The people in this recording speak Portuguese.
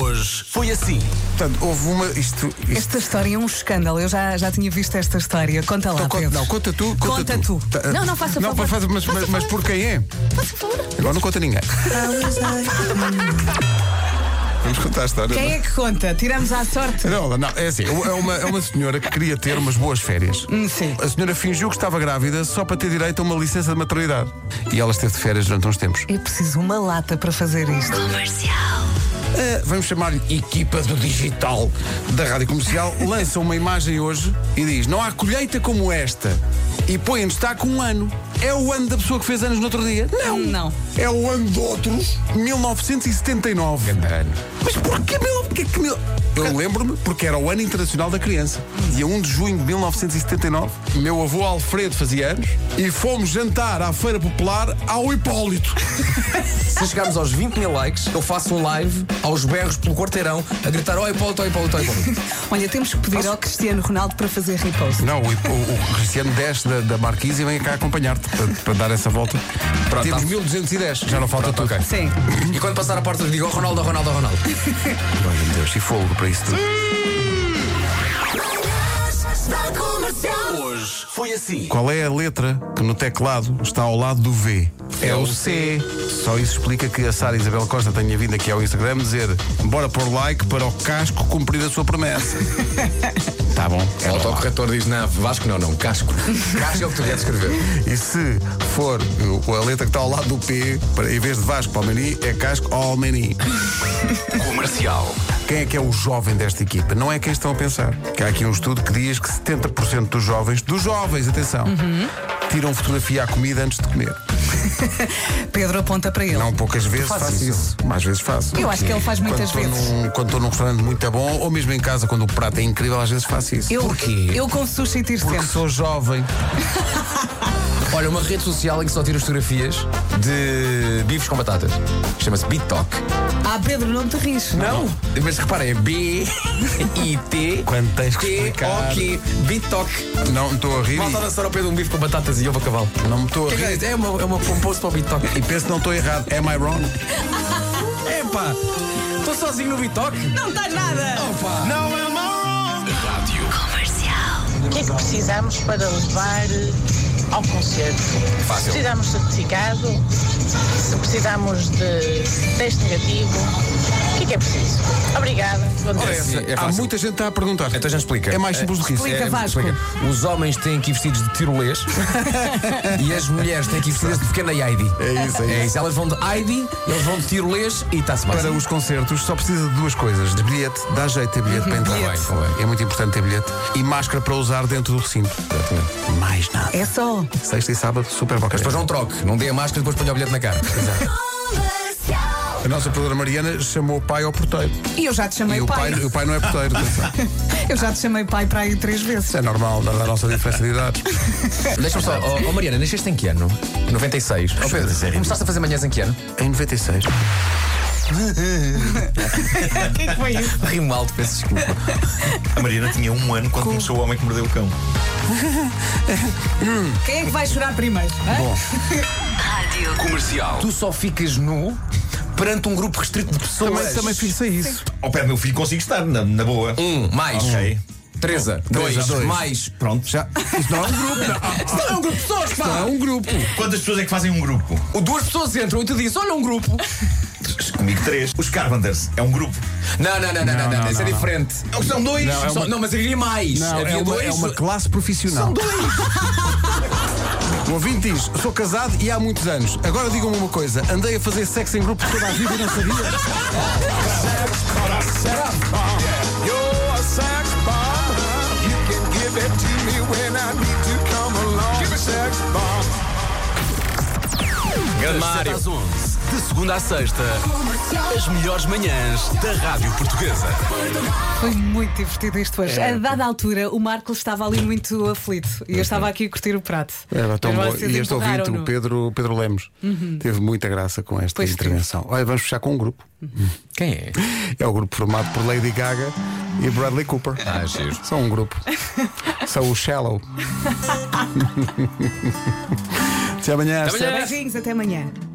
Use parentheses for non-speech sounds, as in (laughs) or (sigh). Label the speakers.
Speaker 1: Hoje foi assim.
Speaker 2: Portanto, houve uma. Isto. isto-
Speaker 3: Esta história é um escândalo. Eu já, já tinha visto esta história. Conta lá,
Speaker 2: Então, conta,
Speaker 3: Pedro.
Speaker 2: não, conta tu. Conta,
Speaker 3: Conta tu.
Speaker 2: Tá,
Speaker 3: Não, não, faça
Speaker 2: Não,
Speaker 3: favor.
Speaker 2: faz- mas, mas, mas por quem é?
Speaker 3: Faça favor.
Speaker 2: Agora não conta ninguém. Vamos contar a história.
Speaker 3: Quem é que conta? Tiramos à sorte?
Speaker 2: Não, não, é assim, é uma, é uma senhora que queria ter umas boas férias.
Speaker 3: Hum, Sim.
Speaker 2: A senhora fingiu que estava grávida só para ter direito a uma licença de maternidade. E ela esteve de férias durante uns tempos.
Speaker 3: Eu É preciso uma lata para fazer isto.
Speaker 2: Ah, vamos chamar-lhe equipa do digital da Rádio Comercial, lança uma imagem hoje e diz: Não há colheita como esta. E põe-nos está com um ano. É o ano da pessoa que fez anos no outro dia? Não.
Speaker 3: Não.
Speaker 2: É o ano de outros. 1979. Mas porquê mil? Porquê que mil? Eu lembro-me porque era o ano internacional da criança. Dia 1 de junho de 1979, meu avô Alfredo fazia anos e fomos jantar à feira popular ao Hipólito.
Speaker 1: Se chegarmos aos 20 mil likes, eu faço um live aos berros pelo quarteirão a gritar: Oi, Paulo, oi, Paulo, oi, Paulo.
Speaker 3: (laughs) Olha, temos que pedir ao Cristiano Ronaldo para fazer repost.
Speaker 2: Não, o, o- o Cristiano desce da, da Marquise e vem cá acompanhar-te para, para dar essa volta.
Speaker 1: Pronto,
Speaker 2: Temos
Speaker 1: tá.
Speaker 2: 1210, já não falta tudo.
Speaker 3: Sim.
Speaker 1: E quando passar a porta, digo: oh, Ronaldo, Ronaldo, Ronaldo.
Speaker 2: Ai, meu Deus, e fogo para isso tudo.
Speaker 1: Hoje foi assim.
Speaker 2: Qual é a letra que no teclado está ao lado do V? É o C. Só isso explica que a Sara Isabel Costa tenha vindo aqui ao Instagram dizer bora pôr like para o casco cumprir a sua (laughs) promessa. tá bom.
Speaker 1: O autocorretor diz: Não, Vasco não, não, Casco. Casco é o que tu queres escrever.
Speaker 2: E se for o- a letra que está ao lado do P, para- em vez de Vasco Palmeni, é Casco Almeni.
Speaker 1: Comercial.
Speaker 2: Quem é que é o jovem desta equipa? Não é quem estão a pensar. Que há aqui um estudo que diz que 70% dos jovens, dos jovens, atenção,
Speaker 3: Uhum.
Speaker 2: tiram fotografia à comida antes de comer.
Speaker 3: Pedro aponta para ele.
Speaker 2: Não poucas vezes
Speaker 1: fazes
Speaker 2: faço isso. Mais vezes faço.
Speaker 3: Eu acho que ele faz muitas
Speaker 2: Quando estou
Speaker 3: vezes.
Speaker 2: num- quando estou num restaurante muito bom, ou mesmo em casa, quando o prato é incrível, às vezes faço isso.
Speaker 3: Eu,
Speaker 1: Porquê?
Speaker 3: eu com sushi e tiro
Speaker 2: Porque
Speaker 3: sempre.
Speaker 2: sou jovem.
Speaker 1: Olha, uma rede social em que só tiro fotografias de bifes com batatas. Chama-se BitTok.
Speaker 3: Ah, Pedro, não te rires.
Speaker 1: Não, mas reparem, é B, I, T,
Speaker 2: Quando tens que
Speaker 1: T,
Speaker 2: explicar.
Speaker 1: O, Q, BitTok.
Speaker 2: Não me estou a rir.
Speaker 1: Malta a dançar ao pé de um bife com batatas e ovo a cavalo.
Speaker 2: e- Não me estou a
Speaker 1: Que é, que é
Speaker 2: rir.
Speaker 1: isto? é uma, é uma um post para o BitTok.
Speaker 2: E penso que não estou errado. Am I wrong?
Speaker 1: Epá, estou sozinho no BitTok.
Speaker 3: Não estás nada!
Speaker 2: Não, am I wrong?
Speaker 4: O que é que precisamos para levar eh, ao concerto? Se
Speaker 1: Fácil.
Speaker 4: precisamos de certificado, se precisamos de teste negativo, o que é que é preciso? Obrigada. Bom dia.
Speaker 1: Ora, essa- é
Speaker 2: Há
Speaker 1: fácil.
Speaker 2: muita gente a perguntar.
Speaker 1: Então já explica.
Speaker 2: É mais simples do que isso.
Speaker 3: Explica, Vasco.
Speaker 1: Os homens têm que ir vestidos de tirolês e as mulheres têm que ir vestidas de pequena Heidi.
Speaker 2: É isso, é isso.
Speaker 1: Elas vão de Heidi, eles vão de tirolês e está-se bem.
Speaker 2: Para os concertos só precisa de duas coisas: de bilhete, dá jeito ter bilhete para entrar.
Speaker 3: bilhete.
Speaker 2: Vai, vai. É muito importante ter bilhete. E máscara para usar dentro do recinto. Mais nada.
Speaker 3: É só.
Speaker 2: Sexta e sábado, super boca.
Speaker 1: Depois não troque, não dê a máscara e depois ponha o bilhete na cara.
Speaker 2: A nossa produtora Mariana chamou o pai ao porteiro.
Speaker 3: E eu já te
Speaker 2: E
Speaker 3: chamei
Speaker 2: o
Speaker 3: pai.
Speaker 2: pai, o pai não é (laughs) porteiro. atenção.
Speaker 3: Eu já te chamei pai para aí três vezes.
Speaker 2: Isso é normal, dada a nossa diferença de idades.
Speaker 1: Deixa-me só, oh, oh, Mariana, nasceste em que ano? 96. Oh, Pedro, começaste a fazer manhãs em que ano?
Speaker 2: Em 96.
Speaker 3: O que é que foi isso?
Speaker 1: Rimo alto, peço desculpa.
Speaker 5: A Mariana tinha um ano quando começou o Homem que Mordeu o Cão.
Speaker 3: Quem é que vai chorar primeiro? hã?
Speaker 1: Tu só ficas nu perante um grupo restrito de pessoas.
Speaker 2: Também, também fiz isso.
Speaker 5: Ao pé do meu filho consigo estar, na, na boa.
Speaker 1: Um, mais.
Speaker 5: Ok.
Speaker 1: Teresa, dois,
Speaker 2: Teresa, dois.
Speaker 1: mais.
Speaker 5: Pronto. Já.
Speaker 2: Isso não é um grupo.
Speaker 1: Isto não é um grupo de pessoas,
Speaker 2: Não é
Speaker 1: pá!
Speaker 2: um grupo.
Speaker 5: Quantas pessoas é que fazem um grupo?
Speaker 1: Duas pessoas entram e tu dizes, olha um grupo.
Speaker 5: Comigo três. Os Carpenters é um grupo.
Speaker 1: Não, não, não, não, não, não, isso é diferente.
Speaker 5: Ou são dois.
Speaker 2: Não, é
Speaker 1: Só-
Speaker 2: uma-
Speaker 1: não, mas havia mais.
Speaker 2: Não,
Speaker 1: havia
Speaker 2: é uma,
Speaker 1: dois.
Speaker 2: é uma classe profissional. São dois. (laughs) O ouvinte diz: sou casado e há muitos anos. Agora digam-me uma coisa: andei a fazer sexo em grupo toda a vida e não sabia.
Speaker 6: Mário. às 11, de segunda à sexta, as melhores manhãs da Rádio Portuguesa.
Speaker 3: Foi muito divertido isto hoje.
Speaker 2: É.
Speaker 3: A dada altura, o Marco estava ali muito aflito e eu estava aqui a curtir o prato.
Speaker 2: Era é. tão
Speaker 3: Mas
Speaker 2: bom.
Speaker 3: vocês
Speaker 2: E este ouvinte,
Speaker 3: empurraram-no. Uhum.
Speaker 2: o Pedro, Pedro Lemos, teve muita graça com esta
Speaker 3: Pois teve.
Speaker 2: intervenção. Olha, vamos fechar com um grupo.
Speaker 1: Quem é?
Speaker 2: É o grupo formado por Lady Gaga e Bradley Cooper.
Speaker 1: Ah, giro.
Speaker 2: São um
Speaker 3: (laughs)
Speaker 2: grupo. São o Shallow. Até amanhã.
Speaker 1: Até amanhã.
Speaker 3: Beijinhos, até amanhã.